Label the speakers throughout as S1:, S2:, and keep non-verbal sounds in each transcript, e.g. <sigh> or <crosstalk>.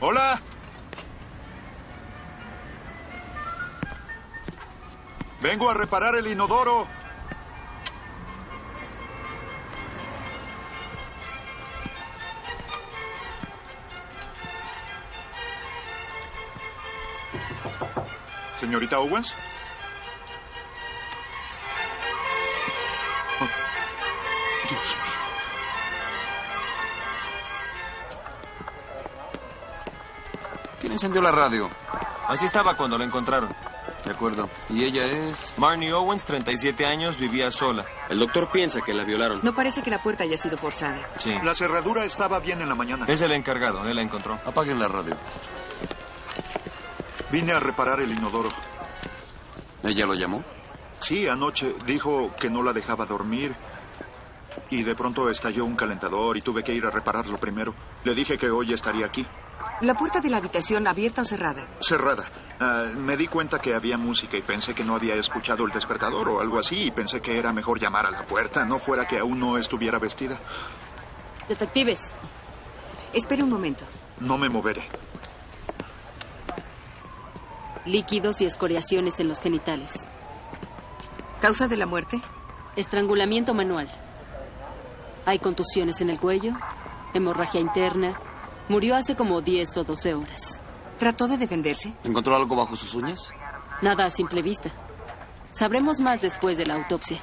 S1: Hola. Vengo a reparar el inodoro. Señorita Owens. Oh, Dios mío.
S2: ¿Quién encendió la radio?
S3: Así estaba cuando la encontraron.
S2: De acuerdo. Y ella es...
S3: Marnie Owens, 37 años, vivía sola. El doctor piensa que la violaron.
S4: No parece que la puerta haya sido forzada.
S3: Sí.
S1: La cerradura estaba bien en la mañana.
S3: Es el encargado, él la encontró.
S2: Apaguen la radio.
S1: Vine a reparar el inodoro.
S2: ¿Ella lo llamó?
S1: Sí, anoche dijo que no la dejaba dormir y de pronto estalló un calentador y tuve que ir a repararlo primero. Le dije que hoy estaría aquí.
S4: La puerta de la habitación abierta o cerrada.
S1: Cerrada. Ah, me di cuenta que había música y pensé que no había escuchado el despertador o algo así y pensé que era mejor llamar a la puerta, no fuera que aún no estuviera vestida.
S5: Detectives,
S4: Espere un momento.
S1: No me moveré.
S5: líquidos y escoriaciones en los genitales.
S4: ¿Causa de la muerte?
S5: Estrangulamiento manual. Hay contusiones en el cuello, hemorragia interna. Murió hace como 10 o 12 horas.
S4: ¿Trató de defenderse?
S2: ¿Encontró algo bajo sus uñas?
S5: Nada a simple vista. Sabremos más después de la autopsia.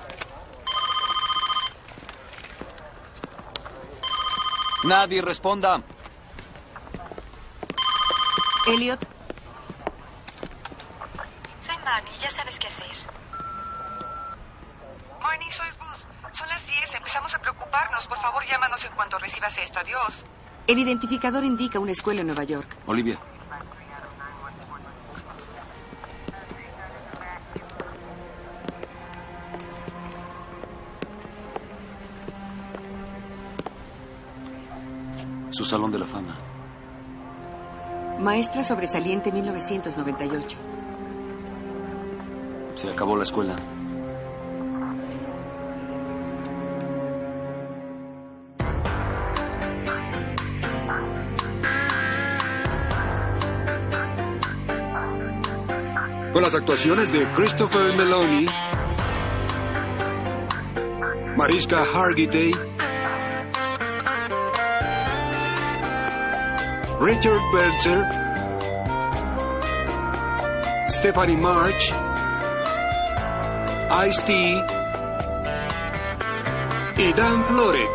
S2: Nadie responda.
S4: Elliot,
S6: Soy Marnie, ya sabes qué hacer.
S7: Marnie, soy Ruth. Son las 10, empezamos a preocuparnos. Por favor, llámanos en cuanto recibas esto. Adiós.
S4: el identificador indica una escuela en Nueva York.
S2: Olivia. Su salón de la fama.
S4: Maestra sobresaliente 1998.
S2: Se acabó la escuela.
S8: Con las actuaciones de Christopher Meloni, Mariska Hargitay, Richard Belzer, Stephanie March, Ice-T y Dan Florek.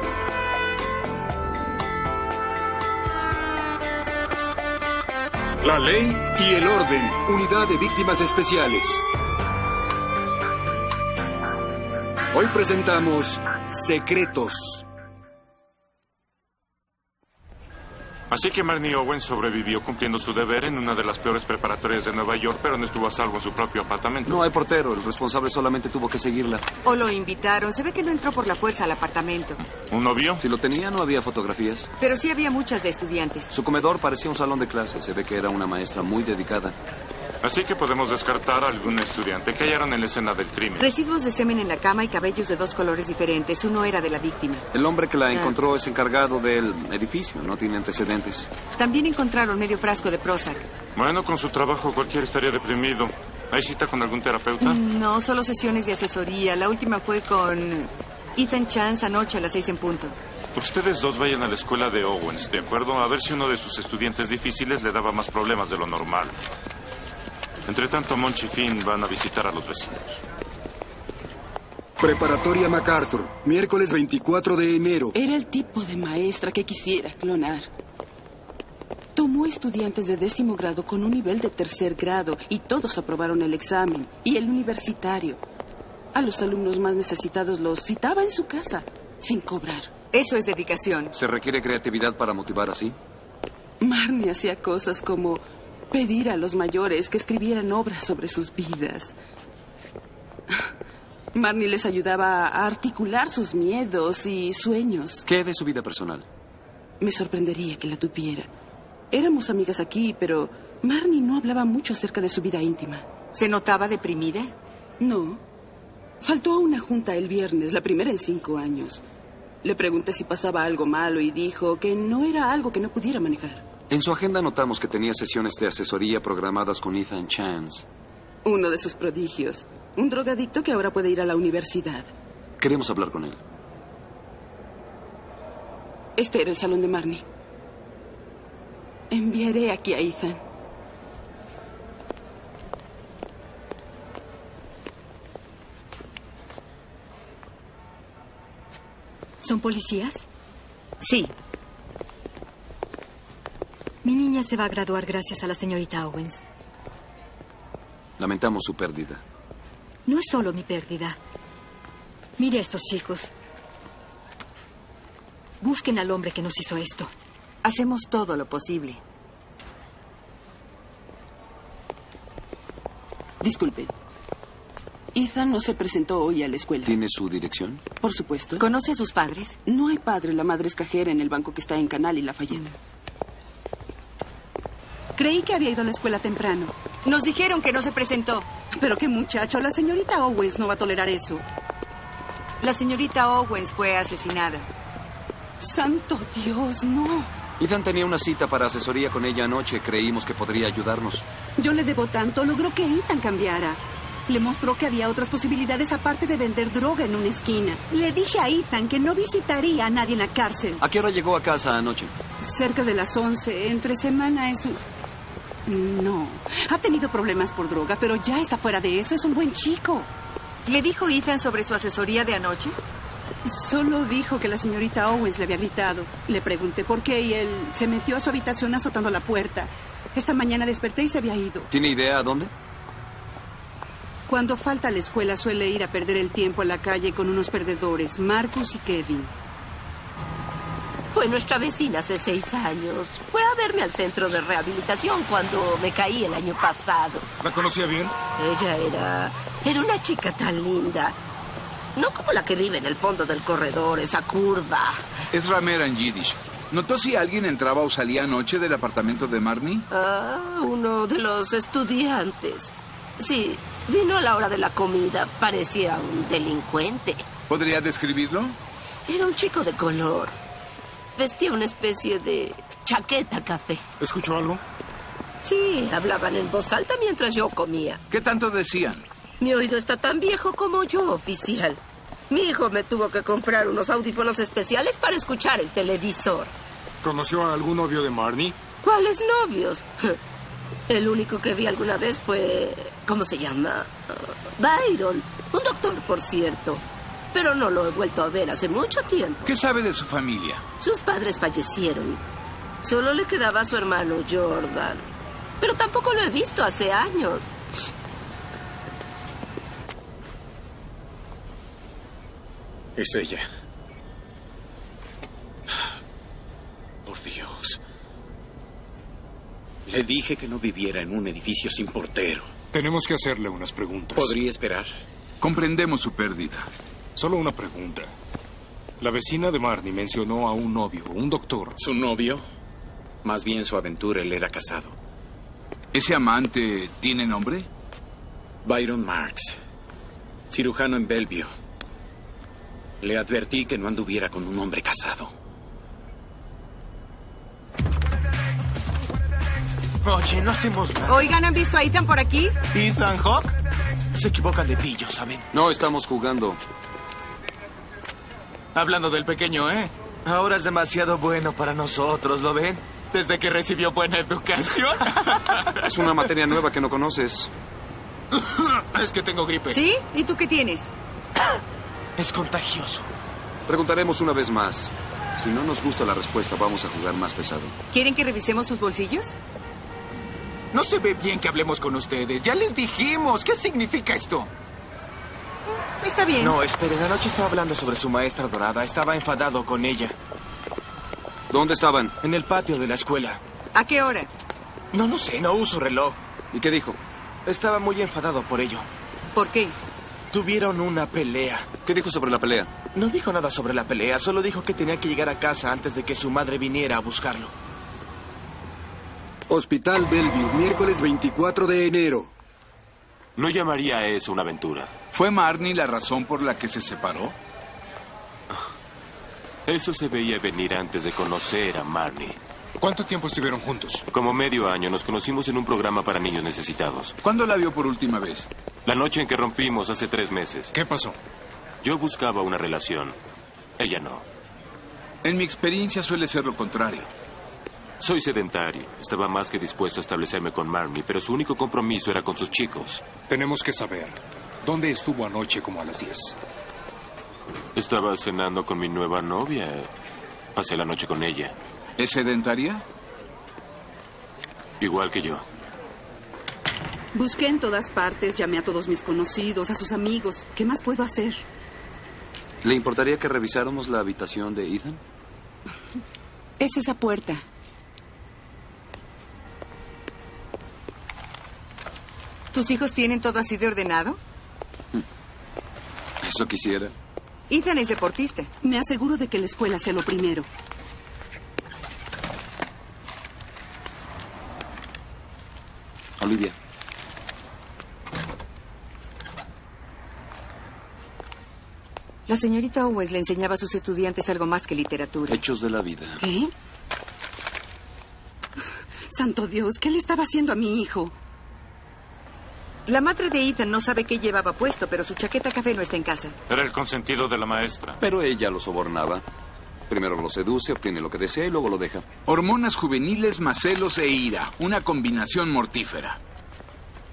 S8: La ley y el orden. Unidad de Víctimas Especiales. Hoy presentamos Secretos.
S9: Así que Marnie Owen sobrevivió cumpliendo su deber en una de las peores preparatorias de Nueva York, pero no estuvo a salvo en su propio apartamento.
S2: No hay portero. El responsable solamente tuvo que seguirla.
S4: O lo invitaron. Se ve que no entró por la fuerza al apartamento.
S9: ¿Un novio?
S2: Si lo tenía, no había fotografías.
S4: Pero sí había muchas de estudiantes.
S2: Su comedor parecía un salón de clase. Se ve que era una maestra muy dedicada.
S9: Así que podemos descartar a algún estudiante que hallaron en la escena del crimen.
S4: Residuos de semen en la cama y cabellos de dos colores diferentes. Uno era de la víctima.
S2: El hombre que la encontró es encargado del edificio. No tiene antecedentes.
S4: También encontraron medio frasco de Prozac.
S9: Bueno, con su trabajo cualquiera estaría deprimido. ¿Hay cita con algún terapeuta?
S4: No, solo sesiones de asesoría. La última fue con Ethan Chance anoche a las seis en punto.
S9: Ustedes dos vayan a la escuela de Owens, ¿de acuerdo? A ver si uno de sus estudiantes difíciles le daba más problemas de lo normal. Entre tanto, Monch y Finn van a visitar a los vecinos.
S8: Preparatoria MacArthur, miércoles 24 de enero.
S10: Era el tipo de maestra que quisiera clonar. Tomó estudiantes de décimo grado con un nivel de tercer grado y todos aprobaron el examen y el universitario. A los alumnos más necesitados los citaba en su casa, sin cobrar.
S4: Eso es dedicación.
S2: ¿Se requiere creatividad para motivar así?
S10: Marnie hacía cosas como pedir a los mayores que escribieran obras sobre sus vidas. Marnie les ayudaba a articular sus miedos y sueños.
S2: ¿Qué de su vida personal?
S10: Me sorprendería que la tuviera. Éramos amigas aquí, pero Marnie no hablaba mucho acerca de su vida íntima.
S4: ¿Se notaba deprimida?
S10: No. Faltó a una junta el viernes, la primera en cinco años. Le pregunté si pasaba algo malo y dijo que no era algo que no pudiera manejar.
S2: En su agenda notamos que tenía sesiones de asesoría programadas con Ethan Chance.
S10: Uno de sus prodigios. Un drogadicto que ahora puede ir a la universidad.
S2: Queremos hablar con él.
S10: Este era el salón de Marnie. Enviaré aquí a Ethan.
S6: ¿Son policías?
S4: Sí,
S6: Mi niña se va a graduar gracias a la señorita Owens.
S2: Lamentamos su pérdida.
S6: No es solo mi pérdida. Mire a estos chicos. Busquen al hombre que nos hizo esto.
S4: hacemos todo lo posible.
S10: Disculpen. Ethan no se presentó hoy a la escuela.
S2: ¿Tiene su dirección?
S10: Por supuesto.
S4: ¿Conoce a sus padres?
S10: No hay padre, la madre es cajera en el banco que está en Canal y Lafayette.
S11: Creí que Mm. había ido a la escuela temprano.
S4: Nos dijeron que no se presentó.
S11: Pero qué muchacho, la señorita Owens no va a tolerar eso.
S4: La señorita Owens fue asesinada.
S10: Santo Dios, no.
S2: Ethan tenía una cita para asesoría con ella anoche. Creímos que podría ayudarnos.
S11: Yo le debo tanto, logró que Ethan cambiara. Le mostró que había otras posibilidades aparte de vender droga en una esquina. Le dije a Ethan que no visitaría a nadie en la cárcel.
S2: ¿A qué hora llegó a casa anoche?
S11: Cerca de las 11, entre semana es un... No, ha tenido problemas por droga, pero ya está fuera de eso, es un buen chico.
S4: ¿Le dijo Ethan sobre su asesoría de anoche?
S11: Solo dijo que la señorita Owens le había gritado. Le pregunté por qué y él se metió a su habitación azotando la puerta. Esta mañana desperté y se había ido.
S2: ¿Tiene idea a dónde?
S11: Cuando falta a la escuela suele ir a perder el tiempo a la calle con unos perdedores, Marcus y Kevin.
S12: Fue nuestra vecina hace seis años. Fue a verme al centro de rehabilitación cuando me caí el año pasado.
S13: ¿La conocía bien?
S12: Ella era... Era una chica tan linda. No como la que vive en el fondo del corredor, esa curva.
S13: Es ramera en Yiddish. ¿Notó si alguien entraba o salía anoche del apartamento de Marnie?
S12: Ah, uno de los estudiantes. Sí, vino a la hora de la comida. Parecía un delincuente.
S13: ¿Podría describirlo?
S12: Era un chico de color. Vestía una especie de chaqueta café.
S13: ¿Escuchó algo?
S12: Sí, hablaban en voz alta mientras yo comía.
S13: ¿Qué tanto decían?
S12: Mi oído está tan viejo como yo, oficial. Mi hijo me tuvo que comprar unos audífonos especiales para escuchar el televisor.
S13: ¿Conoció a algún novio de Marnie?
S12: ¿Cuáles novios? <laughs> El único que vi alguna vez fue... ¿Cómo se llama? Uh, Byron. Un doctor, por cierto. Pero no lo he vuelto a ver hace mucho tiempo.
S13: ¿Qué sabe de su familia?
S12: Sus padres fallecieron. Solo le quedaba a su hermano Jordan. Pero tampoco lo he visto hace años.
S13: Es ella. Por Dios.
S14: Le dije que no viviera en un edificio sin portero.
S13: Tenemos que hacerle unas preguntas.
S14: Podría esperar.
S13: Comprendemos su pérdida. Solo una pregunta. La vecina de Marnie mencionó a un novio, un doctor.
S14: ¿Su novio? Más bien su aventura, él era casado.
S13: ¿Ese amante tiene nombre?
S14: Byron Marks, cirujano en Bellevue. Le advertí que no anduviera con un hombre casado.
S15: Oye, no hacemos nada.
S4: Oigan, ¿han visto a Ethan por aquí?
S15: ¿Ethan Hawk? Se equivocan de pillo, ¿saben?
S2: No estamos jugando.
S15: Hablando del pequeño, ¿eh? Ahora es demasiado bueno para nosotros, ¿lo ven? Desde que recibió buena
S2: <laughs>
S15: educación.
S2: Es una materia nueva que no conoces.
S15: <coughs> es que tengo
S2: pues.
S15: gripe.
S4: ¿Sí? ¿Y tú qué tienes?
S15: Es contagioso.
S2: Preguntaremos una vez más. Si no nos gusta la respuesta, vamos a jugar más pesado.
S4: ¿Quieren que revisemos sus bolsillos?
S15: No se ve bien que hablemos con ustedes. Ya les dijimos. ¿Qué significa esto?
S11: Está bien.
S15: No, esperen, anoche estaba hablando sobre su maestra dorada. Estaba enfadado con ella.
S2: ¿Dónde estaban?
S15: En el patio de la escuela.
S4: ¿A qué hora?
S15: No, no sé, no uso reloj.
S2: ¿Y qué dijo?
S15: Estaba muy enfadado por ello.
S4: ¿Por qué?
S15: Tuvieron una pelea.
S2: ¿Qué dijo sobre la pelea?
S15: No dijo nada sobre la pelea, solo dijo que tenía que llegar a casa antes de que su madre viniera a buscarlo.
S8: Hospital Bellevue, miércoles 24 de enero.
S16: No llamaría a eso una aventura.
S13: ¿Fue Marnie la razón por la que se separó?
S16: Eso se veía venir antes de conocer a Marnie.
S12: ¿Cuánto tiempo estuvieron juntos?
S16: Como medio año nos conocimos en un programa para niños necesitados.
S13: ¿Cuándo la vio por última vez?
S16: La noche en que rompimos hace tres meses.
S12: ¿Qué pasó?
S16: Yo buscaba una relación. Ella no.
S13: En mi experiencia suele ser lo contrario.
S16: Soy sedentario. Estaba más que dispuesto a establecerme con Marnie, pero su único compromiso era con sus chicos.
S12: Tenemos que saber. ¿Dónde estuvo anoche como a las 10?
S16: Estaba cenando con mi nueva novia. Pasé la noche con ella.
S13: ¿Es sedentaria?
S16: Igual que yo.
S11: Busqué en todas partes, llamé a todos mis conocidos, a sus amigos. ¿Qué más puedo hacer?
S2: ¿Le importaría que revisáramos la habitación de Ethan?
S10: Es esa puerta.
S4: ¿Tus hijos tienen todo así de ordenado?
S2: Eso quisiera.
S4: Ethan es deportista.
S11: Me aseguro de que la escuela sea lo primero.
S2: Olivia.
S4: La señorita Owens le enseñaba a sus estudiantes algo más que literatura.
S2: Hechos de la vida.
S11: ¿Qué? Santo Dios, ¿qué le estaba haciendo a mi hijo?
S4: La madre de Ethan no sabe qué llevaba puesto, pero su chaqueta café no está en casa.
S9: Era el consentido de la maestra.
S2: Pero ella lo sobornaba. Primero lo seduce, obtiene lo que desea y luego lo deja.
S13: Hormonas juveniles, macelos e ira. Una combinación mortífera.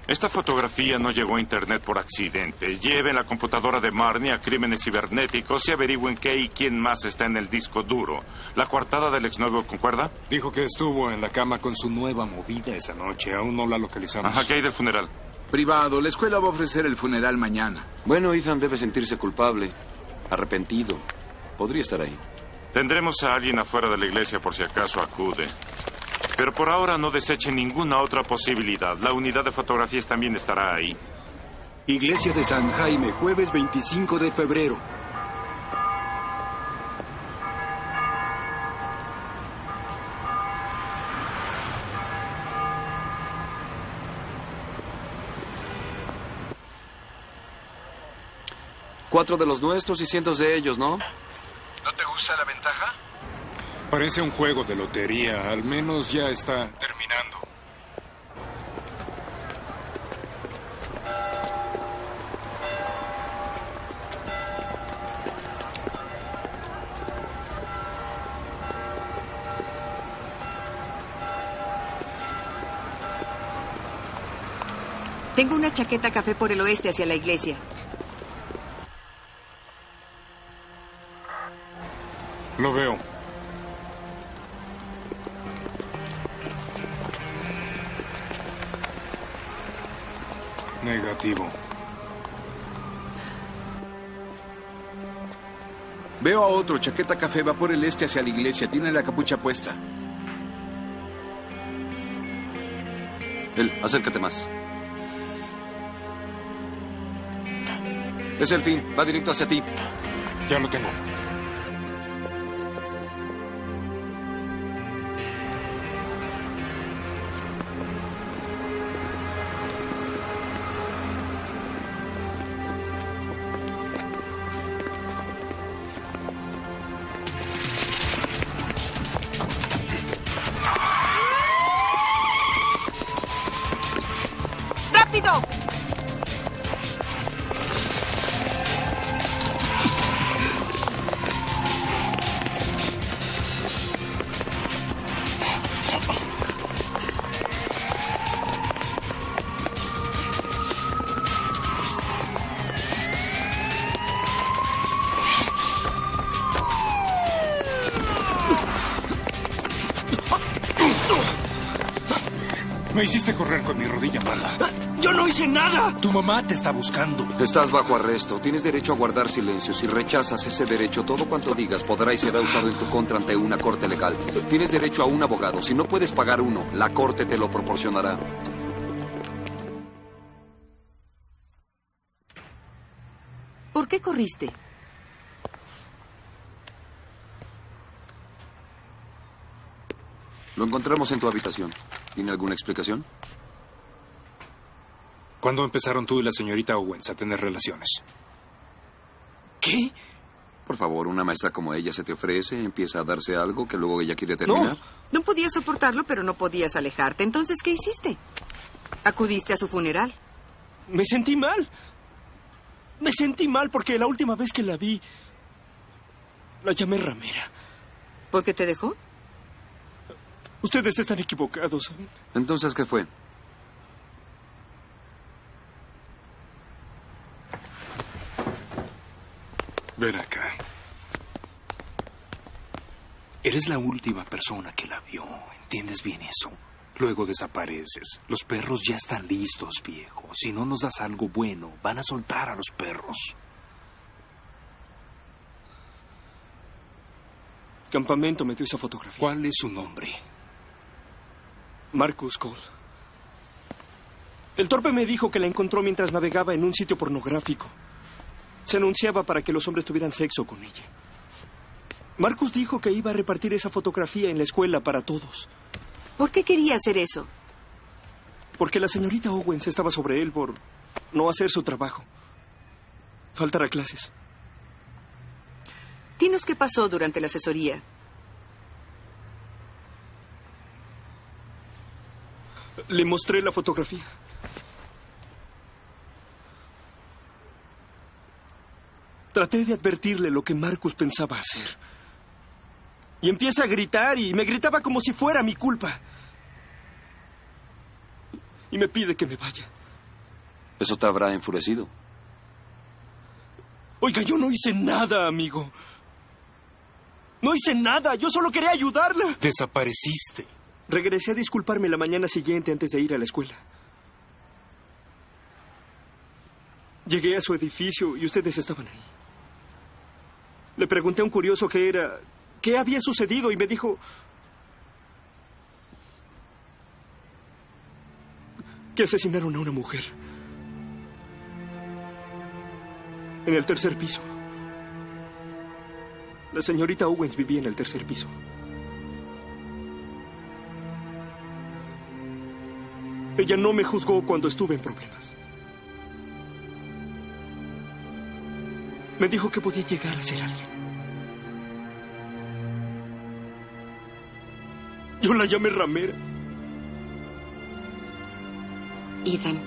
S9: Esta fotografía no llegó a Internet por accidente. Lleven la computadora de Marnie a crímenes cibernéticos y averigüen qué y quién más está en el disco duro. ¿La coartada del exnovio concuerda?
S12: Dijo que estuvo en la cama con su nueva movida esa noche. Aún no la localizamos.
S9: Ajá, ¿qué hay del funeral?
S13: Privado, la escuela va a ofrecer el funeral mañana.
S2: Bueno, Ethan debe sentirse culpable, arrepentido. Podría estar ahí.
S9: Tendremos a alguien afuera de la iglesia por si acaso acude. Pero por ahora no deseche ninguna otra posibilidad. La unidad de fotografías también estará ahí.
S8: Iglesia de San Jaime, jueves 25 de febrero.
S2: Cuatro de los nuestros y cientos de ellos, ¿no?
S17: ¿No te gusta la ventaja?
S12: Parece un juego de lotería. Al menos ya está terminando.
S4: Tengo una chaqueta café por el oeste hacia la iglesia.
S12: Lo veo. Negativo.
S13: Veo a otro, chaqueta café, va por el este hacia la iglesia, tiene la capucha puesta.
S2: Él, acércate más. Es el fin, va directo hacia ti.
S12: Ya lo tengo.
S4: ¡Rápido!
S12: Me hiciste correr con mi rodilla mala.
S18: Ah, ¡Yo no hice nada!
S12: Tu mamá te está buscando.
S2: Estás bajo arresto. Tienes derecho a guardar silencio. Si rechazas ese derecho, todo cuanto digas podrá y será usado en tu contra ante una corte legal. Tienes derecho a un abogado. Si no puedes pagar uno, la corte te lo proporcionará.
S4: ¿Por qué corriste?
S2: Lo encontramos en tu habitación. ¿Tiene alguna explicación?
S12: ¿Cuándo empezaron tú y la señorita Owens a tener relaciones?
S18: ¿Qué?
S2: Por favor, una maestra como ella se te ofrece, empieza a darse algo que luego ella quiere terminar.
S4: No podías soportarlo, pero no podías alejarte. Entonces, ¿qué hiciste? Acudiste a su funeral.
S18: Me sentí mal. Me sentí mal porque la última vez que la vi, la llamé ramera.
S4: ¿Por qué te dejó?
S18: Ustedes están equivocados. ¿saben?
S2: Entonces, ¿qué fue?
S12: Ven acá. Eres la última persona que la vio. ¿Entiendes bien eso? Luego desapareces. Los perros ya están listos, viejo. Si no nos das algo bueno, van a soltar a los perros.
S18: Campamento me dio esa fotografía.
S12: ¿Cuál es su nombre?
S18: Marcus Cole. El torpe me dijo que la encontró mientras navegaba en un sitio pornográfico. Se anunciaba para que los hombres tuvieran sexo con ella. Marcus dijo que iba a repartir esa fotografía en la escuela para todos.
S4: ¿Por qué quería hacer eso?
S18: Porque la señorita Owens estaba sobre él por no hacer su trabajo. Faltar a clases.
S4: Dinos qué pasó durante la asesoría.
S18: Le mostré la fotografía. Traté de advertirle lo que Marcus pensaba hacer. Y empieza a gritar y me gritaba como si fuera mi culpa. Y me pide que me vaya.
S2: Eso te habrá enfurecido.
S18: Oiga, yo no hice nada, amigo. No hice nada, yo solo quería ayudarla.
S12: Desapareciste.
S18: Regresé a disculparme la mañana siguiente antes de ir a la escuela. Llegué a su edificio y ustedes estaban ahí. Le pregunté a un curioso qué era, qué había sucedido y me dijo que asesinaron a una mujer en el tercer piso. La señorita Owens vivía en el tercer piso. Ella no me juzgó cuando estuve en problemas. Me dijo que podía llegar a ser alguien. Yo la llamé ramera.
S4: Ethan,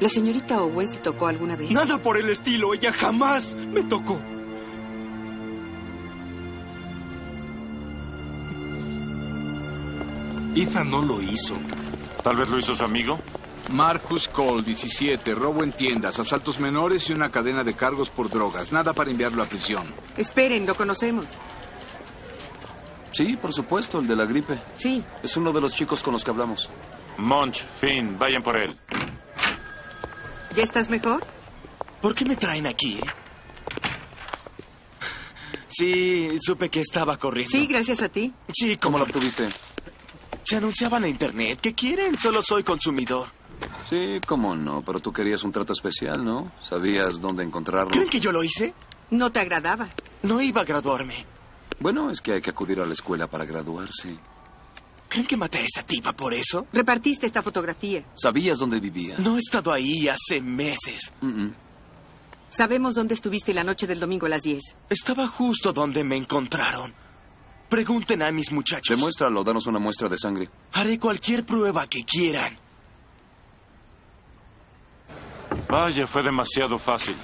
S4: ¿la señorita Owens te tocó alguna vez?
S18: Nada por el estilo. Ella jamás me tocó.
S12: Ethan no lo hizo.
S9: Tal vez lo hizo su amigo.
S13: Marcus Cole, 17, robo en tiendas, asaltos menores y una cadena de cargos por drogas. Nada para enviarlo a prisión.
S4: Esperen, lo conocemos.
S2: Sí, por supuesto, el de la gripe.
S4: Sí.
S2: Es uno de los chicos con los que hablamos.
S9: Monch, Finn, vayan por él.
S4: ¿Ya estás mejor?
S18: ¿Por qué me traen aquí?
S15: eh?
S18: Sí, supe que estaba corriendo.
S4: Sí, gracias a ti.
S18: Sí,
S2: ¿Cómo
S18: como
S2: lo obtuviste?
S18: se anunciaba en la internet. ¿Qué quieren? Solo soy consumidor.
S2: Sí, cómo no, pero tú querías un trato especial, ¿no? Sabías dónde encontrarlo.
S18: ¿Creen que yo lo hice?
S4: No te agradaba.
S18: No iba a graduarme.
S2: Bueno, es que hay que acudir a la escuela para graduarse.
S18: ¿Creen que maté a esa tipa por eso?
S4: Repartiste esta fotografía.
S2: ¿Sabías dónde vivía?
S18: No he estado ahí hace meses.
S2: Mm, mm.
S4: Sabemos dónde estuviste la noche del domingo a las 10.
S18: Estaba justo donde me encontraron. Pregunten a mis muchachos.
S2: Demuéstralo, danos una muestra de sangre.
S18: Haré cualquier prueba que quieran.
S9: Vaya, fue demasiado fácil.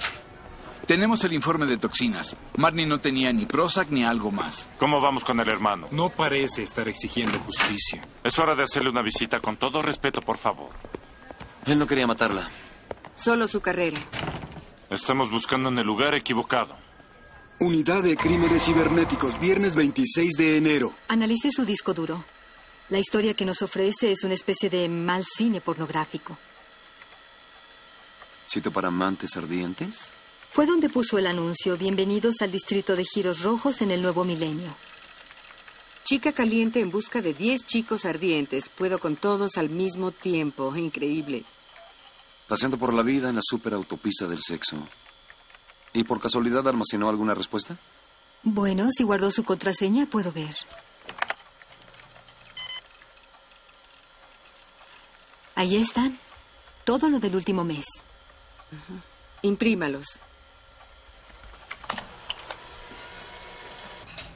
S13: Tenemos el informe de toxinas. Marnie no tenía ni Prozac ni algo más.
S9: ¿Cómo vamos con el hermano?
S12: No parece estar exigiendo justicia.
S9: Es hora de hacerle una visita con todo respeto, por favor.
S2: Él no quería matarla.
S4: Solo su carrera.
S9: Estamos buscando en el lugar equivocado.
S8: Unidad de Crímenes Cibernéticos, viernes 26 de enero.
S6: Analice su disco duro. La historia que nos ofrece es una especie de mal cine pornográfico.
S2: ¿Sitio para amantes ardientes?
S6: Fue donde puso el anuncio, bienvenidos al distrito de Giros Rojos en el nuevo milenio.
S4: Chica caliente en busca de 10 chicos ardientes. Puedo con todos al mismo tiempo. Increíble.
S2: Paseando por la vida en la superautopista del sexo. ¿Y por casualidad almacenó alguna respuesta?
S6: Bueno, si guardó su contraseña, puedo ver. Ahí están. Todo lo del último mes.
S4: Imprímalos.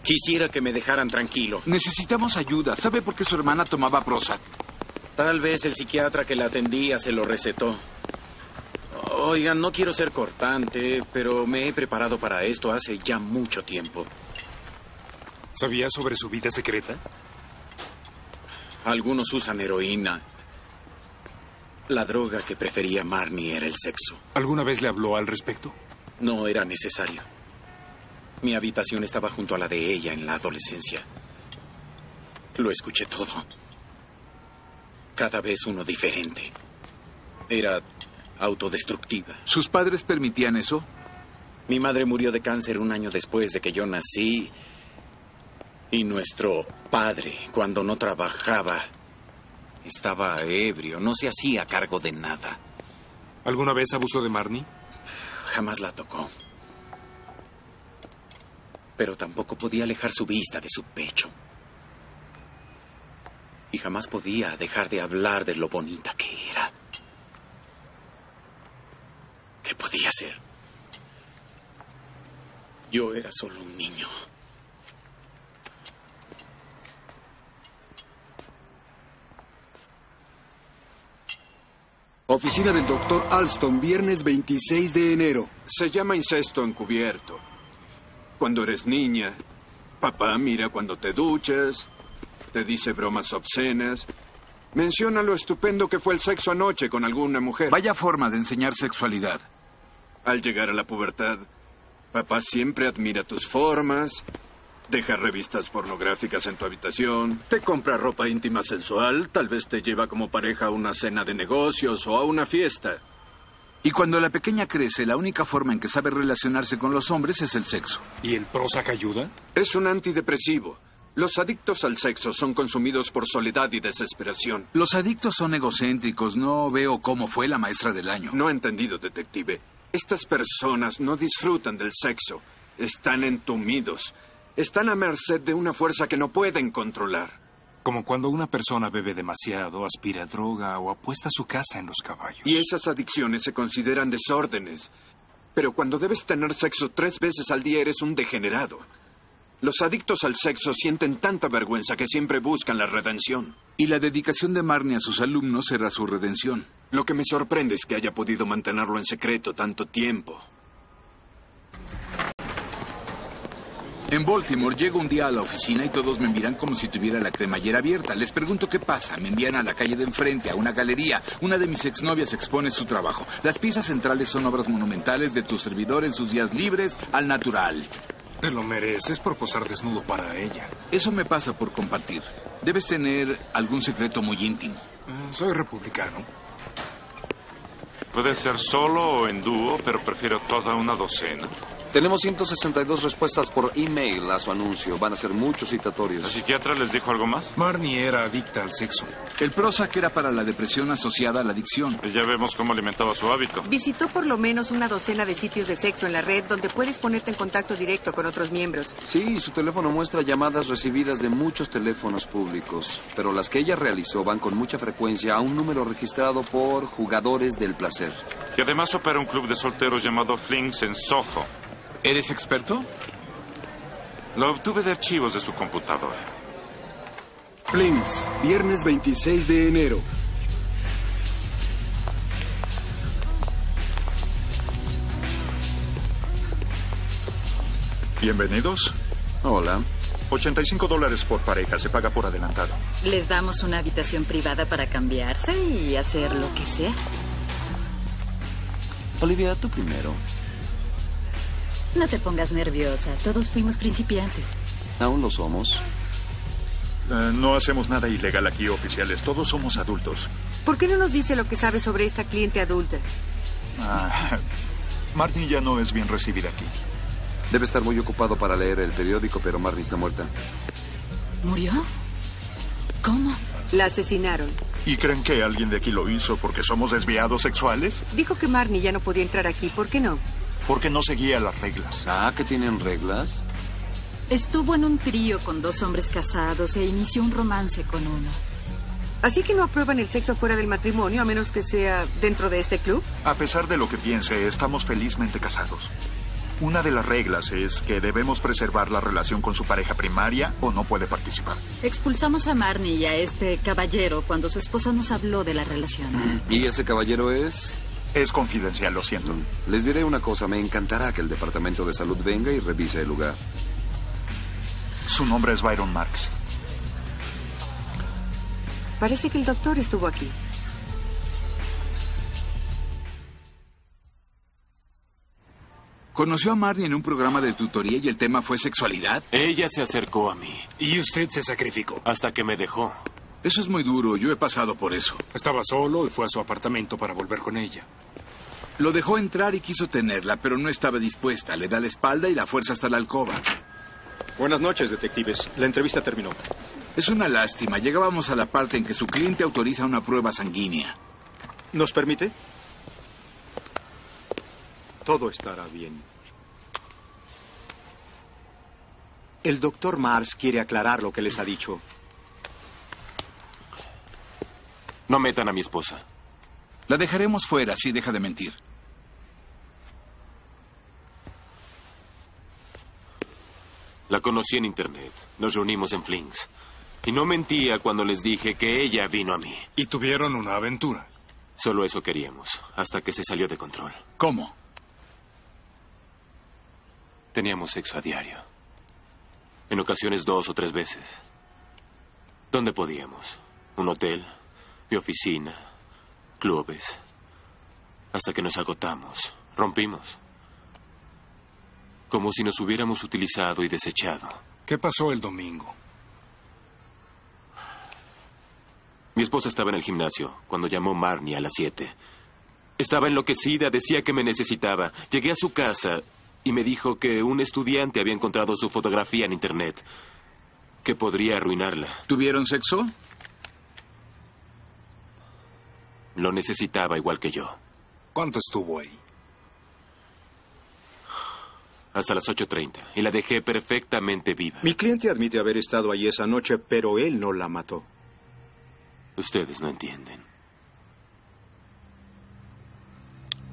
S14: Quisiera que me dejaran tranquilo.
S13: Necesitamos ayuda. ¿Sabe por qué su hermana tomaba Prozac?
S14: Tal vez el psiquiatra que la atendía se lo recetó. Oigan, no quiero ser cortante, pero me he preparado para esto hace ya mucho tiempo.
S12: ¿Sabía sobre su vida secreta?
S14: Algunos usan heroína. La droga que prefería Marnie era el sexo.
S12: ¿Alguna vez le habló al respecto?
S14: No era necesario. Mi habitación estaba junto a la de ella en la adolescencia. Lo escuché todo. Cada vez uno diferente. Era autodestructiva.
S13: ¿Sus padres permitían eso?
S14: Mi madre murió de cáncer un año después de que yo nací. Y nuestro padre, cuando no trabajaba, estaba ebrio, no se hacía cargo de nada.
S12: ¿Alguna vez abusó de Marnie?
S14: Jamás la tocó. Pero tampoco podía alejar su vista de su pecho. Y jamás podía dejar de hablar de lo bonita que era. ¿Qué podía ser? Yo era solo un niño.
S8: Oficina del doctor Alston, viernes 26 de enero.
S17: Se llama incesto encubierto. Cuando eres niña, papá mira cuando te duchas, te dice bromas obscenas, menciona lo estupendo que fue el sexo anoche con alguna mujer.
S13: Vaya forma de enseñar sexualidad.
S17: Al llegar a la pubertad, papá siempre admira tus formas, deja revistas pornográficas en tu habitación, te compra ropa íntima sensual, tal vez te lleva como pareja a una cena de negocios o a una fiesta.
S13: Y cuando la pequeña crece, la única forma en que sabe relacionarse con los hombres es el sexo.
S12: ¿Y el Prozac ayuda?
S17: Es un antidepresivo. Los adictos al sexo son consumidos por soledad y desesperación.
S13: Los adictos son egocéntricos. No veo cómo fue la maestra del año.
S17: No he entendido, detective. Estas personas no disfrutan del sexo. Están entumidos. Están a merced de una fuerza que no pueden controlar.
S12: Como cuando una persona bebe demasiado, aspira droga o apuesta su casa en los caballos.
S17: Y esas adicciones se consideran desórdenes. Pero cuando debes tener sexo tres veces al día eres un degenerado. Los adictos al sexo sienten tanta vergüenza que siempre buscan la redención.
S13: Y la dedicación de Marnie a sus alumnos era su redención.
S17: Lo que me sorprende es que haya podido mantenerlo en secreto tanto tiempo.
S13: En Baltimore llego un día a la oficina y todos me miran como si tuviera la cremallera abierta. Les pregunto qué pasa. Me envían a la calle de enfrente, a una galería. Una de mis exnovias expone su trabajo. Las piezas centrales son obras monumentales de tu servidor en sus días libres al natural.
S12: Te lo mereces por posar desnudo para ella.
S13: Eso me pasa por compartir. Debes tener algún secreto muy íntimo.
S12: Mm, Soy republicano.
S9: Puede ser solo o en dúo, pero prefiero toda una docena.
S2: Tenemos 162 respuestas por email a su anuncio. Van a ser muchos
S9: ¿La
S2: citatorios.
S9: psiquiatra les dijo algo más?
S12: Marnie era adicta al sexo.
S13: El Prozac era para la depresión asociada a la adicción.
S9: Ya vemos cómo alimentaba su hábito.
S4: Visitó por lo menos una docena de sitios de sexo en la red donde puedes ponerte en contacto directo con otros miembros.
S2: Sí, su teléfono muestra llamadas recibidas de muchos teléfonos públicos, pero las que ella realizó van con mucha frecuencia a un número registrado por jugadores del placer.
S9: Y además opera un club de solteros llamado Flings en Soho.
S13: ¿Eres experto?
S9: Lo obtuve de archivos de su computadora.
S8: Flames, viernes 26 de enero.
S1: Bienvenidos.
S2: Hola.
S1: 85 dólares por pareja, se paga por adelantado.
S19: Les damos una habitación privada para cambiarse y hacer lo que sea.
S2: Olivia, tú primero.
S19: No te pongas nerviosa, todos fuimos principiantes.
S2: Aún lo somos.
S1: Eh, no hacemos nada ilegal aquí, oficiales. Todos somos adultos.
S4: ¿Por qué no nos dice lo que sabe sobre esta cliente adulta?
S1: Ah, Marnie ya no es bien recibida aquí.
S2: Debe estar muy ocupado para leer el periódico, pero Marnie está muerta.
S6: ¿Murió? ¿Cómo?
S4: La asesinaron.
S1: ¿Y creen que alguien de aquí lo hizo porque somos desviados sexuales?
S4: Dijo que Marnie ya no podía entrar aquí. ¿Por qué no?
S1: Porque no seguía las reglas.
S2: Ah, que tienen reglas.
S19: Estuvo en un trío con dos hombres casados e inició un romance con uno.
S4: Así que no aprueban el sexo fuera del matrimonio a menos que sea dentro de este club.
S1: A pesar de lo que piense, estamos felizmente casados. Una de las reglas es que debemos preservar la relación con su pareja primaria o no puede participar.
S19: Expulsamos a Marnie y a este caballero cuando su esposa nos habló de la relación.
S2: ¿Y ese caballero es? Mm.
S1: Es confidencial, lo siento.
S2: Les diré una cosa, me encantará que el Departamento de Salud venga y revise el lugar.
S1: Su nombre es Byron Marx.
S4: Parece que el doctor estuvo aquí.
S13: Conoció a Marnie en un programa de tutoría y el tema fue sexualidad.
S16: Ella se acercó a mí.
S20: Y usted se sacrificó.
S16: Hasta que me dejó.
S13: Eso es muy duro, yo he pasado por eso.
S20: Estaba solo y fue a su apartamento para volver con ella.
S13: Lo dejó entrar y quiso tenerla, pero no estaba dispuesta. Le da la espalda y la fuerza hasta la alcoba.
S21: Buenas noches, detectives. La entrevista terminó.
S13: Es una lástima. Llegábamos a la parte en que su cliente autoriza una prueba sanguínea.
S21: ¿Nos permite? Todo estará bien. El doctor Mars quiere aclarar lo que les ha dicho.
S16: No metan a mi esposa.
S13: La dejaremos fuera si deja de mentir.
S16: La conocí en Internet. Nos reunimos en Flings. Y no mentía cuando les dije que ella vino a mí.
S20: Y tuvieron una aventura.
S16: Solo eso queríamos, hasta que se salió de control.
S13: ¿Cómo?
S16: Teníamos sexo a diario. En ocasiones dos o tres veces. Donde podíamos. Un hotel, mi oficina, clubes. Hasta que nos agotamos, rompimos. Como si nos hubiéramos utilizado y desechado.
S20: ¿Qué pasó el domingo?
S16: Mi esposa estaba en el gimnasio cuando llamó Marnie a las 7. Estaba enloquecida, decía que me necesitaba. Llegué a su casa y me dijo que un estudiante había encontrado su fotografía en internet, que podría arruinarla.
S13: ¿Tuvieron sexo?
S16: Lo necesitaba igual que yo.
S20: ¿Cuánto estuvo ahí?
S16: Hasta las 8.30. Y la dejé perfectamente viva.
S21: Mi cliente admite haber estado allí esa noche, pero él no la mató.
S16: Ustedes no entienden.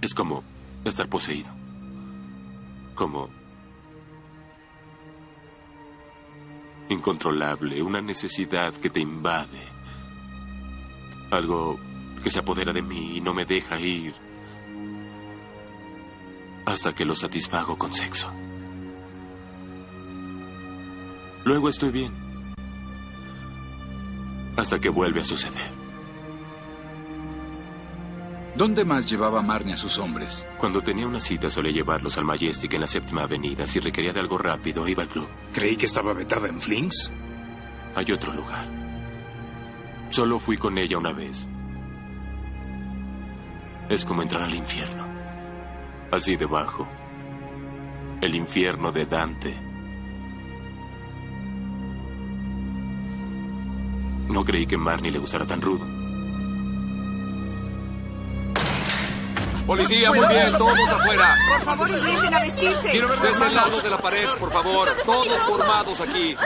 S16: Es como estar poseído. Como... Incontrolable, una necesidad que te invade. Algo que se apodera de mí y no me deja ir hasta que lo satisfago con sexo. Luego estoy bien hasta que vuelve a suceder.
S13: ¿Dónde más llevaba Marnie a sus hombres?
S16: Cuando tenía una cita solía llevarlos al Majestic en la séptima avenida. Si requería de algo rápido, iba al club.
S20: Creí que estaba vetada en Flings.
S16: Hay otro lugar. Solo fui con ella una vez. Es como entrar al infierno. Así debajo. El infierno de Dante. No creí que Marnie le gustara tan rudo.
S2: Policía, muy bien, todos afuera.
S11: Por favor, ingresen a vestirse.
S2: Desde el lado de la pared, por favor. Todos formados aquí.
S11: Ah.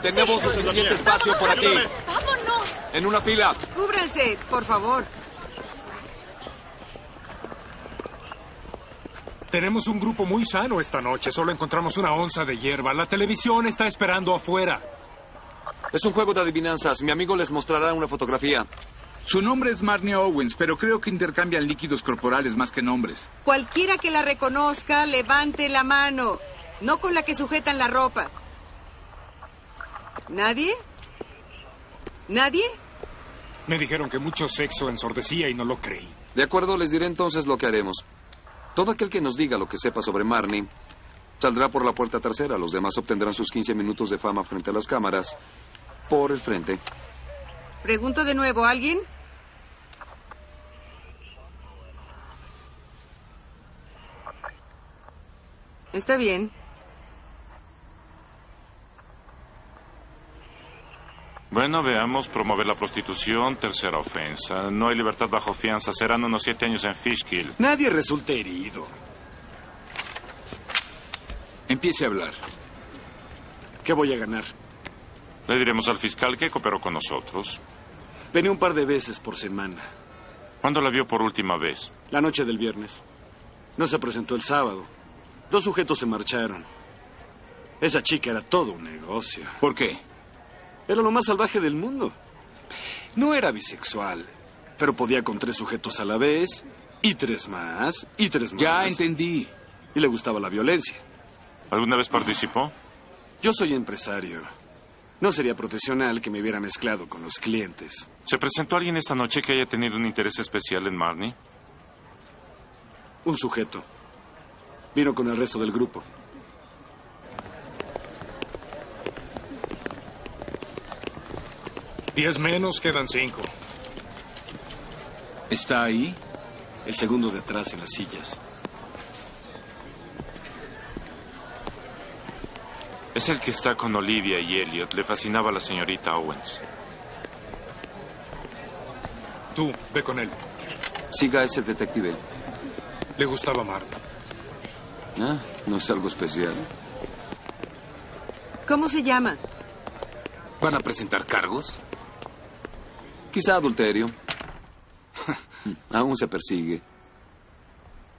S2: Tenemos suficiente espacio por aquí.
S6: ¡Vámonos!
S2: En una fila.
S4: Cúbranse, por favor.
S20: Tenemos un grupo muy sano esta noche. Solo encontramos una onza de hierba. La televisión está esperando afuera.
S2: Es un juego de adivinanzas. Mi amigo les mostrará una fotografía.
S13: Su nombre es Marnie Owens, pero creo que intercambian líquidos corporales más que nombres.
S4: Cualquiera que la reconozca, levante la mano. No con la que sujetan la ropa. ¿Nadie? ¿Nadie?
S20: Me dijeron que mucho sexo ensordecía y no lo creí.
S2: De acuerdo, les diré entonces lo que haremos. Todo aquel que nos diga lo que sepa sobre Marnie saldrá por la puerta tercera. Los demás obtendrán sus 15 minutos de fama frente a las cámaras Por el frente.
S4: Pregunto de nuevo, ¿alguien? Está bien.
S9: Bueno, veamos, promover la prostitución, tercera ofensa. No hay libertad bajo fianza, serán unos siete años en Fishkill.
S3: Nadie resulta herido.
S13: Empiece a hablar.
S3: ¿Qué voy a ganar?
S9: Le diremos al fiscal que cooperó con nosotros.
S3: Venía un par de veces por semana,
S9: ¿Cuándo la vio por última vez?
S3: la noche del viernes. No se presentó el sábado. Dos sujetos se marcharon. Esa chica era todo un negocio.
S13: ¿Por qué?
S3: Era lo más salvaje del mundo. No era bisexual, pero podía con tres sujetos a la vez, y tres más, y tres más.
S13: Ya entendí.
S3: Y le gustaba la violencia.
S9: ¿Alguna vez participó?
S3: Yo soy empresario. No sería profesional que me hubiera mezclado con los clientes.
S9: ¿Se presentó alguien esta noche que haya tenido un interés especial en Marnie?
S3: Un sujeto. Vino con el resto del grupo.
S20: Diez menos, quedan cinco.
S13: ¿Está ahí?
S3: El segundo detrás en las sillas.
S9: Es el que está con Olivia y Elliot. Le fascinaba la señorita Owens.
S20: Tú, ve con él.
S2: Siga a ese detective.
S20: Le gustaba Mar.
S2: Ah, no es algo especial.
S4: ¿Cómo se llama?
S2: ¿Van a presentar cargos? Quizá adulterio. <laughs> Aún se persigue.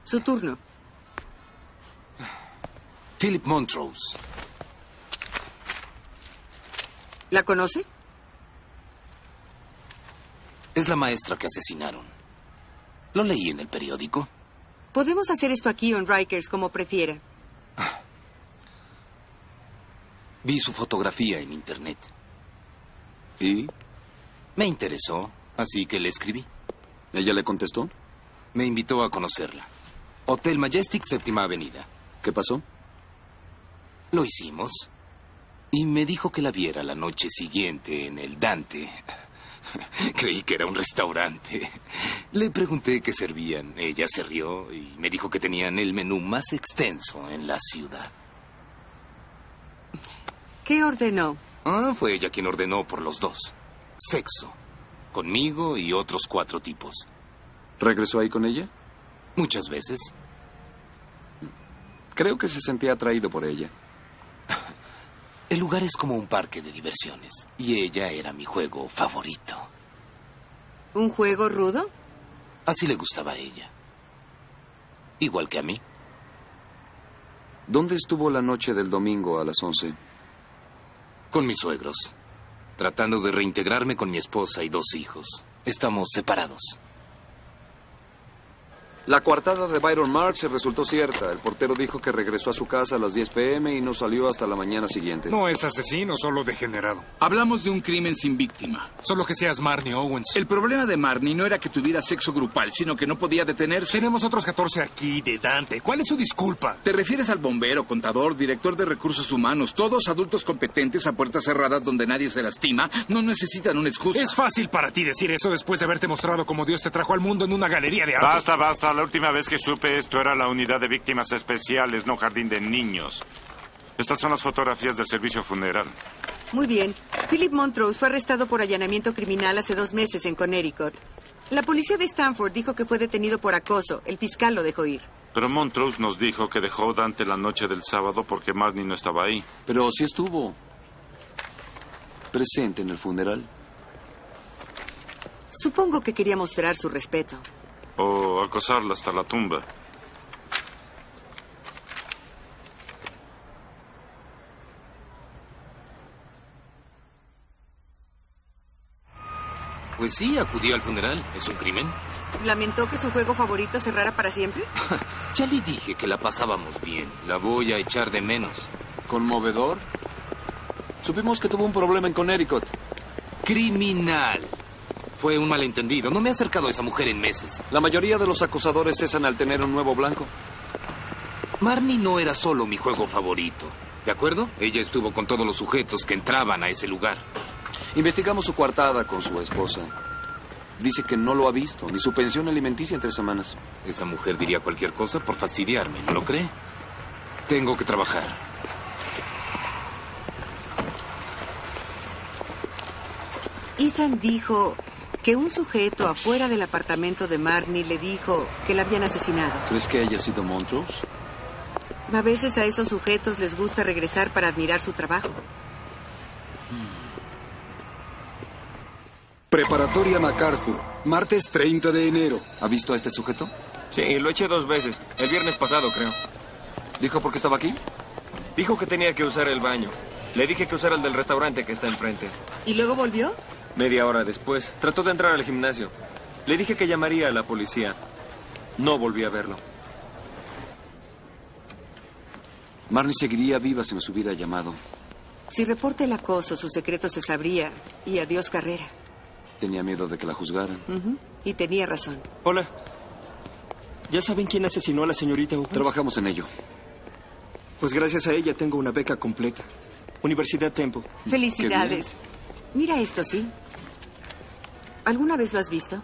S4: Su turno.
S3: Philip Montrose.
S4: ¿La conoce?
S5: Es la maestra que asesinaron. Lo leí en el periódico.
S4: Podemos hacer esto aquí o en Rikers, como prefiera.
S5: Vi su fotografía en internet.
S2: ¿Y?
S5: Me interesó, así que le escribí.
S2: ¿Ella le contestó?
S5: Me invitó a conocerla. Hotel Majestic, séptima avenida.
S2: ¿Qué pasó?
S5: Lo hicimos. Y me dijo que la viera la noche siguiente en el Dante. <laughs> Creí que era un restaurante. Le pregunté qué servían. Ella se rió y me dijo que tenían el menú más extenso en la ciudad.
S4: ¿Qué ordenó?
S5: Ah, fue ella quien ordenó por los dos. Sexo. Conmigo y otros cuatro tipos.
S2: ¿Regresó ahí con ella?
S5: Muchas veces.
S2: Creo que se sentía atraído por ella.
S5: El lugar es como un parque de diversiones. Y ella era mi juego favorito.
S4: ¿Un juego rudo?
S5: Así le gustaba a ella. Igual que a mí.
S2: ¿Dónde estuvo la noche del domingo a las 11?
S5: Con mis suegros. Tratando de reintegrarme con mi esposa y dos hijos. Estamos separados.
S2: La coartada de Byron Marx resultó cierta. El portero dijo que regresó a su casa a las 10 pm y no salió hasta la mañana siguiente.
S20: No es asesino, solo degenerado.
S13: Hablamos de un crimen sin víctima.
S20: Solo que seas Marnie Owens.
S13: El problema de Marnie no era que tuviera sexo grupal, sino que no podía detenerse.
S20: Tenemos otros 14 aquí de Dante. ¿Cuál es su disculpa?
S13: ¿Te refieres al bombero, contador, director de recursos humanos, todos adultos competentes a puertas cerradas donde nadie se lastima? No necesitan una excusa.
S20: Es fácil para ti decir eso después de haberte mostrado cómo Dios te trajo al mundo en una galería de arte.
S9: Basta, basta. La última vez que supe esto era la unidad de víctimas especiales, no jardín de niños. Estas son las fotografías del servicio funeral.
S4: Muy bien. Philip Montrose fue arrestado por allanamiento criminal hace dos meses en Connecticut. La policía de Stanford dijo que fue detenido por acoso. El fiscal lo dejó ir.
S9: Pero Montrose nos dijo que dejó Dante la noche del sábado porque Marnie no estaba ahí.
S2: Pero sí estuvo presente en el funeral.
S4: Supongo que quería mostrar su respeto.
S9: O acosarla hasta la tumba.
S5: Pues sí, acudió al funeral. ¿Es un crimen?
S4: ¿Lamentó que su juego favorito cerrara para siempre?
S5: Ya le dije que la pasábamos bien. La voy a echar de menos.
S2: ¿Conmovedor? Supimos que tuvo un problema en Connecticut.
S5: Criminal. Fue un malentendido. No me he acercado a esa mujer en meses.
S2: La mayoría de los acosadores cesan al tener un nuevo blanco.
S5: Marnie no era solo mi juego favorito. ¿De acuerdo? Ella estuvo con todos los sujetos que entraban a ese lugar.
S2: Investigamos su coartada con su esposa. Dice que no lo ha visto, ni su pensión alimenticia en tres semanas.
S5: Esa mujer diría cualquier cosa por fastidiarme, ¿no lo cree? Tengo que trabajar.
S4: Ethan dijo que un sujeto afuera del apartamento de Marnie le dijo que la habían asesinado.
S2: ¿Crees que haya sido Montrose?
S4: A veces a esos sujetos les gusta regresar para admirar su trabajo.
S8: Preparatoria MacArthur, martes 30 de enero.
S2: ¿Ha visto a este sujeto?
S7: Sí, lo eché dos veces. El viernes pasado, creo.
S2: ¿Dijo por qué estaba aquí?
S7: Dijo que tenía que usar el baño. Le dije que usara el del restaurante que está enfrente.
S10: ¿Y luego volvió?
S7: Media hora después, trató de entrar al gimnasio. Le dije que llamaría a la policía. No volví a verlo.
S2: Marnie seguiría viva si nos hubiera llamado.
S4: Si reporta el acoso, su secreto se sabría. Y adiós carrera.
S2: Tenía miedo de que la juzgaran.
S4: Ujú. Y tenía razón.
S18: Hola. ¿Ya saben quién asesinó a la señorita Upus?
S2: Trabajamos en ello.
S18: Pues gracias a ella tengo una beca completa. Universidad Tempo.
S4: Felicidades. Mira esto, ¿sí? ¿Alguna vez lo has visto?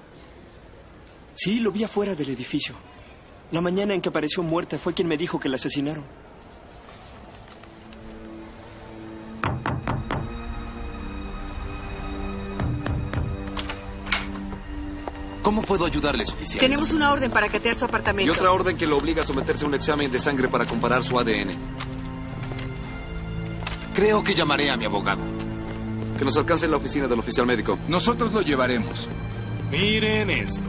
S18: Sí, lo vi afuera del edificio. La mañana en que apareció muerta fue quien me dijo que la asesinaron.
S2: ¿Cómo puedo ayudarles, oficiales?
S4: Tenemos una orden para catear su apartamento.
S2: Y otra orden que lo obliga a someterse a un examen de sangre para comparar su ADN. Creo que llamaré a mi abogado. Que nos alcance en la oficina del oficial médico.
S13: Nosotros lo llevaremos.
S20: Miren esto.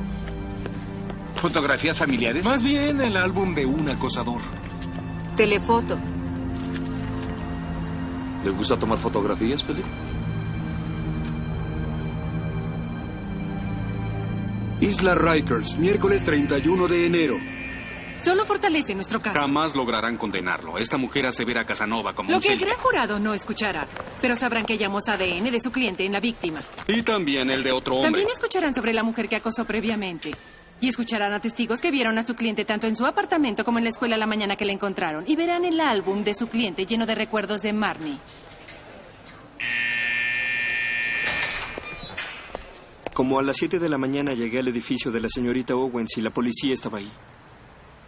S13: ¿Fotografías familiares?
S20: Más bien el álbum de un acosador.
S4: Telefoto.
S2: ¿Le gusta tomar fotografías, Felipe?
S8: Isla Rikers, miércoles 31 de enero.
S22: Solo fortalece nuestro caso.
S23: Jamás lograrán condenarlo. Esta mujer asevera a Casanova como
S22: Lo
S23: un
S22: que el
S23: celit-
S22: gran jurado no escuchará, pero sabrán que hallamos ADN de su cliente en la víctima.
S23: Y también el de otro hombre.
S22: También escucharán sobre la mujer que acosó previamente. Y escucharán a testigos que vieron a su cliente tanto en su apartamento como en la escuela la mañana que la encontraron. Y verán el álbum de su cliente lleno de recuerdos de Marnie.
S18: Como a las 7 de la mañana llegué al edificio de la señorita Owens y la policía estaba ahí.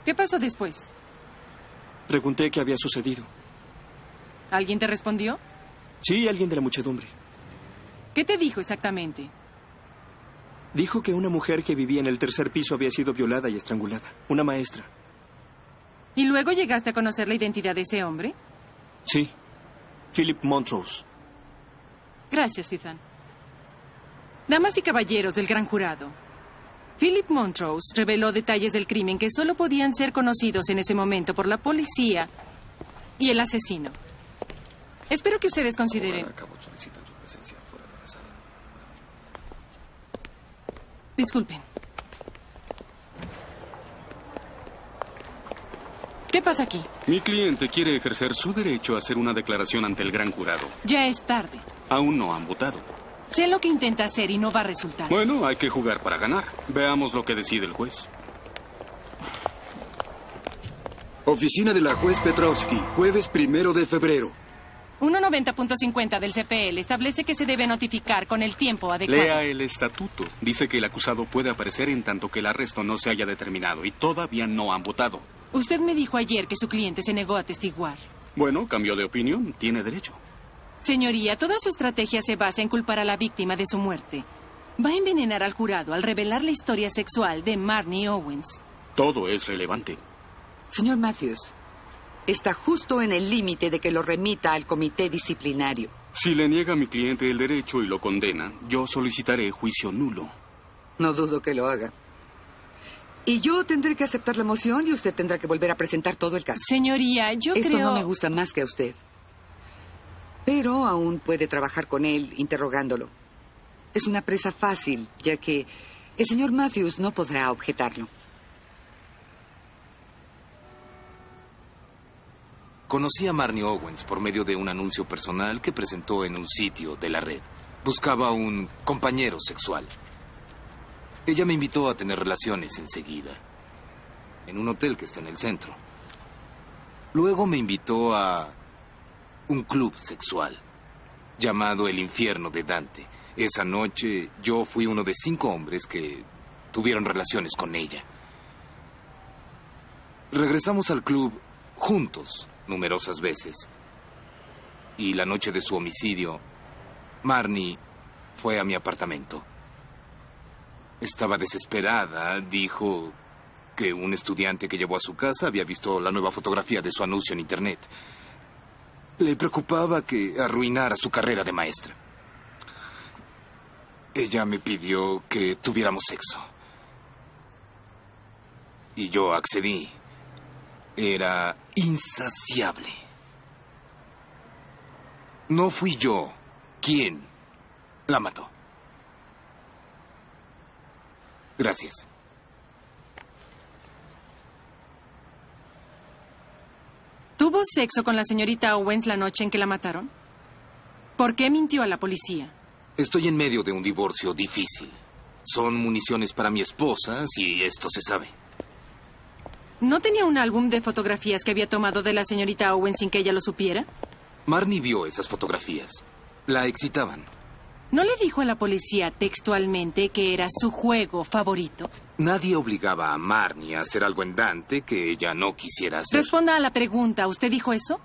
S22: ¿Qué pasó después?
S18: Pregunté qué había sucedido.
S22: ¿Alguien te respondió?
S18: Sí, alguien de la muchedumbre.
S22: ¿Qué te dijo exactamente?
S18: Dijo que una mujer que vivía en el tercer piso había sido violada y estrangulada. Una maestra.
S22: ¿Y luego llegaste a conocer la identidad de ese hombre?
S18: Sí. Philip Montrose.
S22: Gracias, Ethan. Damas y caballeros del gran jurado, Philip Montrose reveló detalles del crimen que solo podían ser conocidos en ese momento por la policía y el asesino. Espero que ustedes consideren.
S2: Solicitan su presencia fuera de la sala.
S22: Disculpen. ¿Qué pasa aquí?
S23: Mi cliente quiere ejercer su derecho a hacer una declaración ante el gran jurado.
S22: Ya es tarde.
S23: Aún no han votado.
S22: Sé lo que intenta hacer y no va a resultar.
S23: Bueno, hay que jugar para ganar. Veamos lo que decide el juez.
S8: Oficina de la juez Petrovsky, jueves 1 de febrero.
S22: 190.50 del CPL establece que se debe notificar con el tiempo adecuado.
S23: Lea el estatuto. Dice que el acusado puede aparecer en tanto que el arresto no se haya determinado y todavía no han votado.
S22: Usted me dijo ayer que su cliente se negó a testiguar.
S23: Bueno, cambió de opinión. Tiene derecho.
S22: Señoría, toda su estrategia se basa en culpar a la víctima de su muerte. Va a envenenar al jurado al revelar la historia sexual de Marnie Owens.
S23: Todo es relevante.
S24: Señor Matthews, está justo en el límite de que lo remita al comité disciplinario.
S23: Si le niega a mi cliente el derecho y lo condena, yo solicitaré juicio nulo.
S24: No dudo que lo haga. Y yo tendré que aceptar la moción y usted tendrá que volver a presentar todo el caso.
S22: Señoría, yo
S24: Esto
S22: creo...
S24: no me gusta más que a usted. Pero aún puede trabajar con él interrogándolo. Es una presa fácil, ya que el señor Matthews no podrá objetarlo.
S5: Conocí a Marnie Owens por medio de un anuncio personal que presentó en un sitio de la red. Buscaba un compañero sexual. Ella me invitó a tener relaciones enseguida, en un hotel que está en el centro. Luego me invitó a un club sexual. llamado El infierno de Dante. Esa noche yo fui uno de cinco hombres que tuvieron relaciones con ella. Regresamos al club juntos numerosas veces. Y la noche de su homicidio, Marnie fue a mi apartamento. Estaba desesperada, dijo que un estudiante que llevó a su casa había visto la nueva fotografía de su anuncio en Internet. Le preocupaba que arruinara su carrera de maestra. Ella me pidió que tuviéramos sexo. Y yo accedí. Era insaciable. No fui yo quien la mató. Gracias.
S22: ¿Tuvo sexo con la señorita Owens la noche en que la mataron? ¿Por qué mintió a la policía?
S5: Estoy en medio de un divorcio difícil. Son municiones para mi esposa, si esto se sabe.
S22: ¿No tenía un álbum de fotografías que había tomado de la señorita Owens sin que ella lo supiera?
S5: Marnie vio esas fotografías. La excitaban.
S22: ¿No le dijo a la policía textualmente que era su juego favorito?
S5: Nadie obligaba a Marnie a hacer algo en Dante que ella no quisiera hacer.
S22: Responda a la pregunta. ¿Usted dijo eso?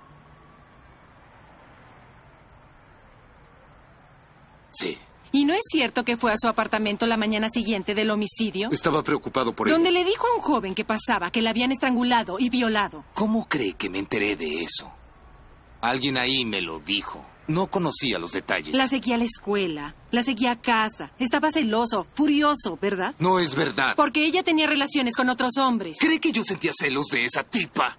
S5: Sí.
S22: ¿Y no es cierto que fue a su apartamento la mañana siguiente del homicidio?
S5: Estaba preocupado por
S22: donde
S5: ella.
S22: le dijo a un joven que pasaba que la habían estrangulado y violado.
S5: ¿Cómo cree que me enteré de eso? Alguien ahí me lo dijo. No conocía los detalles.
S22: La seguía a la escuela, la seguía a casa. Estaba celoso, furioso, ¿verdad?
S5: No es verdad.
S22: Porque ella tenía relaciones con otros hombres.
S5: ¿Cree que yo sentía celos de esa tipa?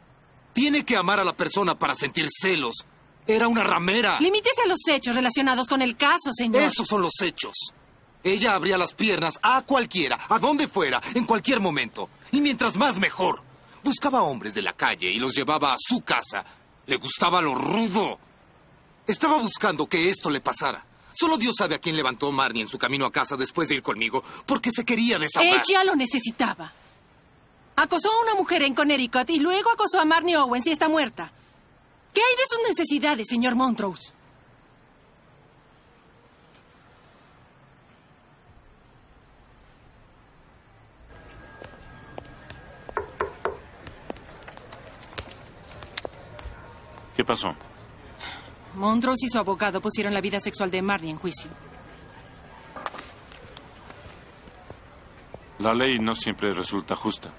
S5: Tiene que amar a la persona para sentir celos. Era una ramera.
S22: Limítese a los hechos relacionados con el caso, señor.
S5: Esos son los hechos. Ella abría las piernas a cualquiera, a donde fuera, en cualquier momento. Y mientras más mejor. Buscaba hombres de la calle y los llevaba a su casa. Le gustaba lo rudo. Estaba buscando que esto le pasara. Solo Dios sabe a quién levantó Marnie en su camino a casa después de ir conmigo, porque se quería desahogar.
S22: Ella lo necesitaba. Acosó a una mujer en Connecticut y luego acosó a Marnie Owens y está muerta. ¿Qué hay de sus necesidades, señor Montrose?
S9: ¿Qué pasó?
S22: Montrose y su abogado pusieron la vida sexual de Marnie en juicio.
S9: La ley no siempre resulta justa.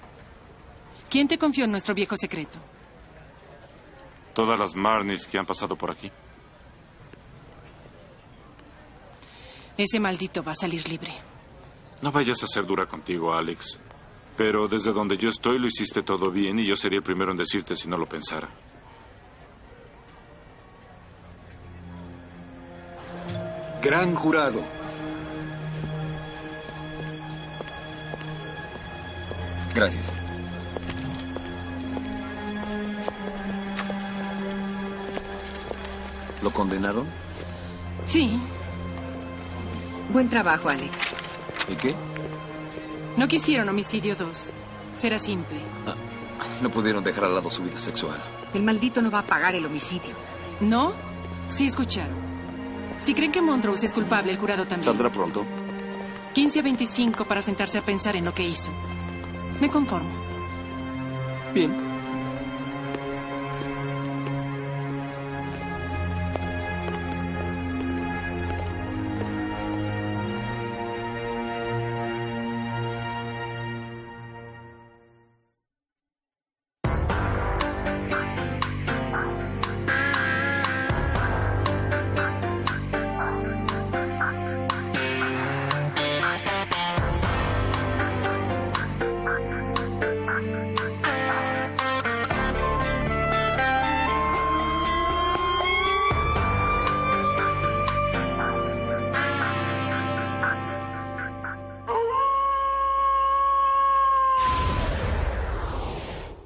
S22: ¿Quién te confió en nuestro viejo secreto?
S9: Todas las Marnies que han pasado por aquí.
S22: Ese maldito va a salir libre.
S9: No vayas a ser dura contigo, Alex. Pero desde donde yo estoy lo hiciste todo bien y yo sería el primero en decirte si no lo pensara.
S8: Gran jurado.
S7: Gracias.
S2: ¿Lo condenaron?
S22: Sí.
S4: Buen trabajo, Alex.
S2: ¿Y qué?
S22: No quisieron homicidio 2. Será simple.
S2: No pudieron dejar al lado su vida sexual.
S4: El maldito no va a pagar el homicidio.
S22: ¿No? Sí escucharon. Si creen que Montrose es culpable, el jurado también.
S2: ¿Saldrá pronto?
S22: 15 a 25 para sentarse a pensar en lo que hizo. Me conformo.
S2: Bien.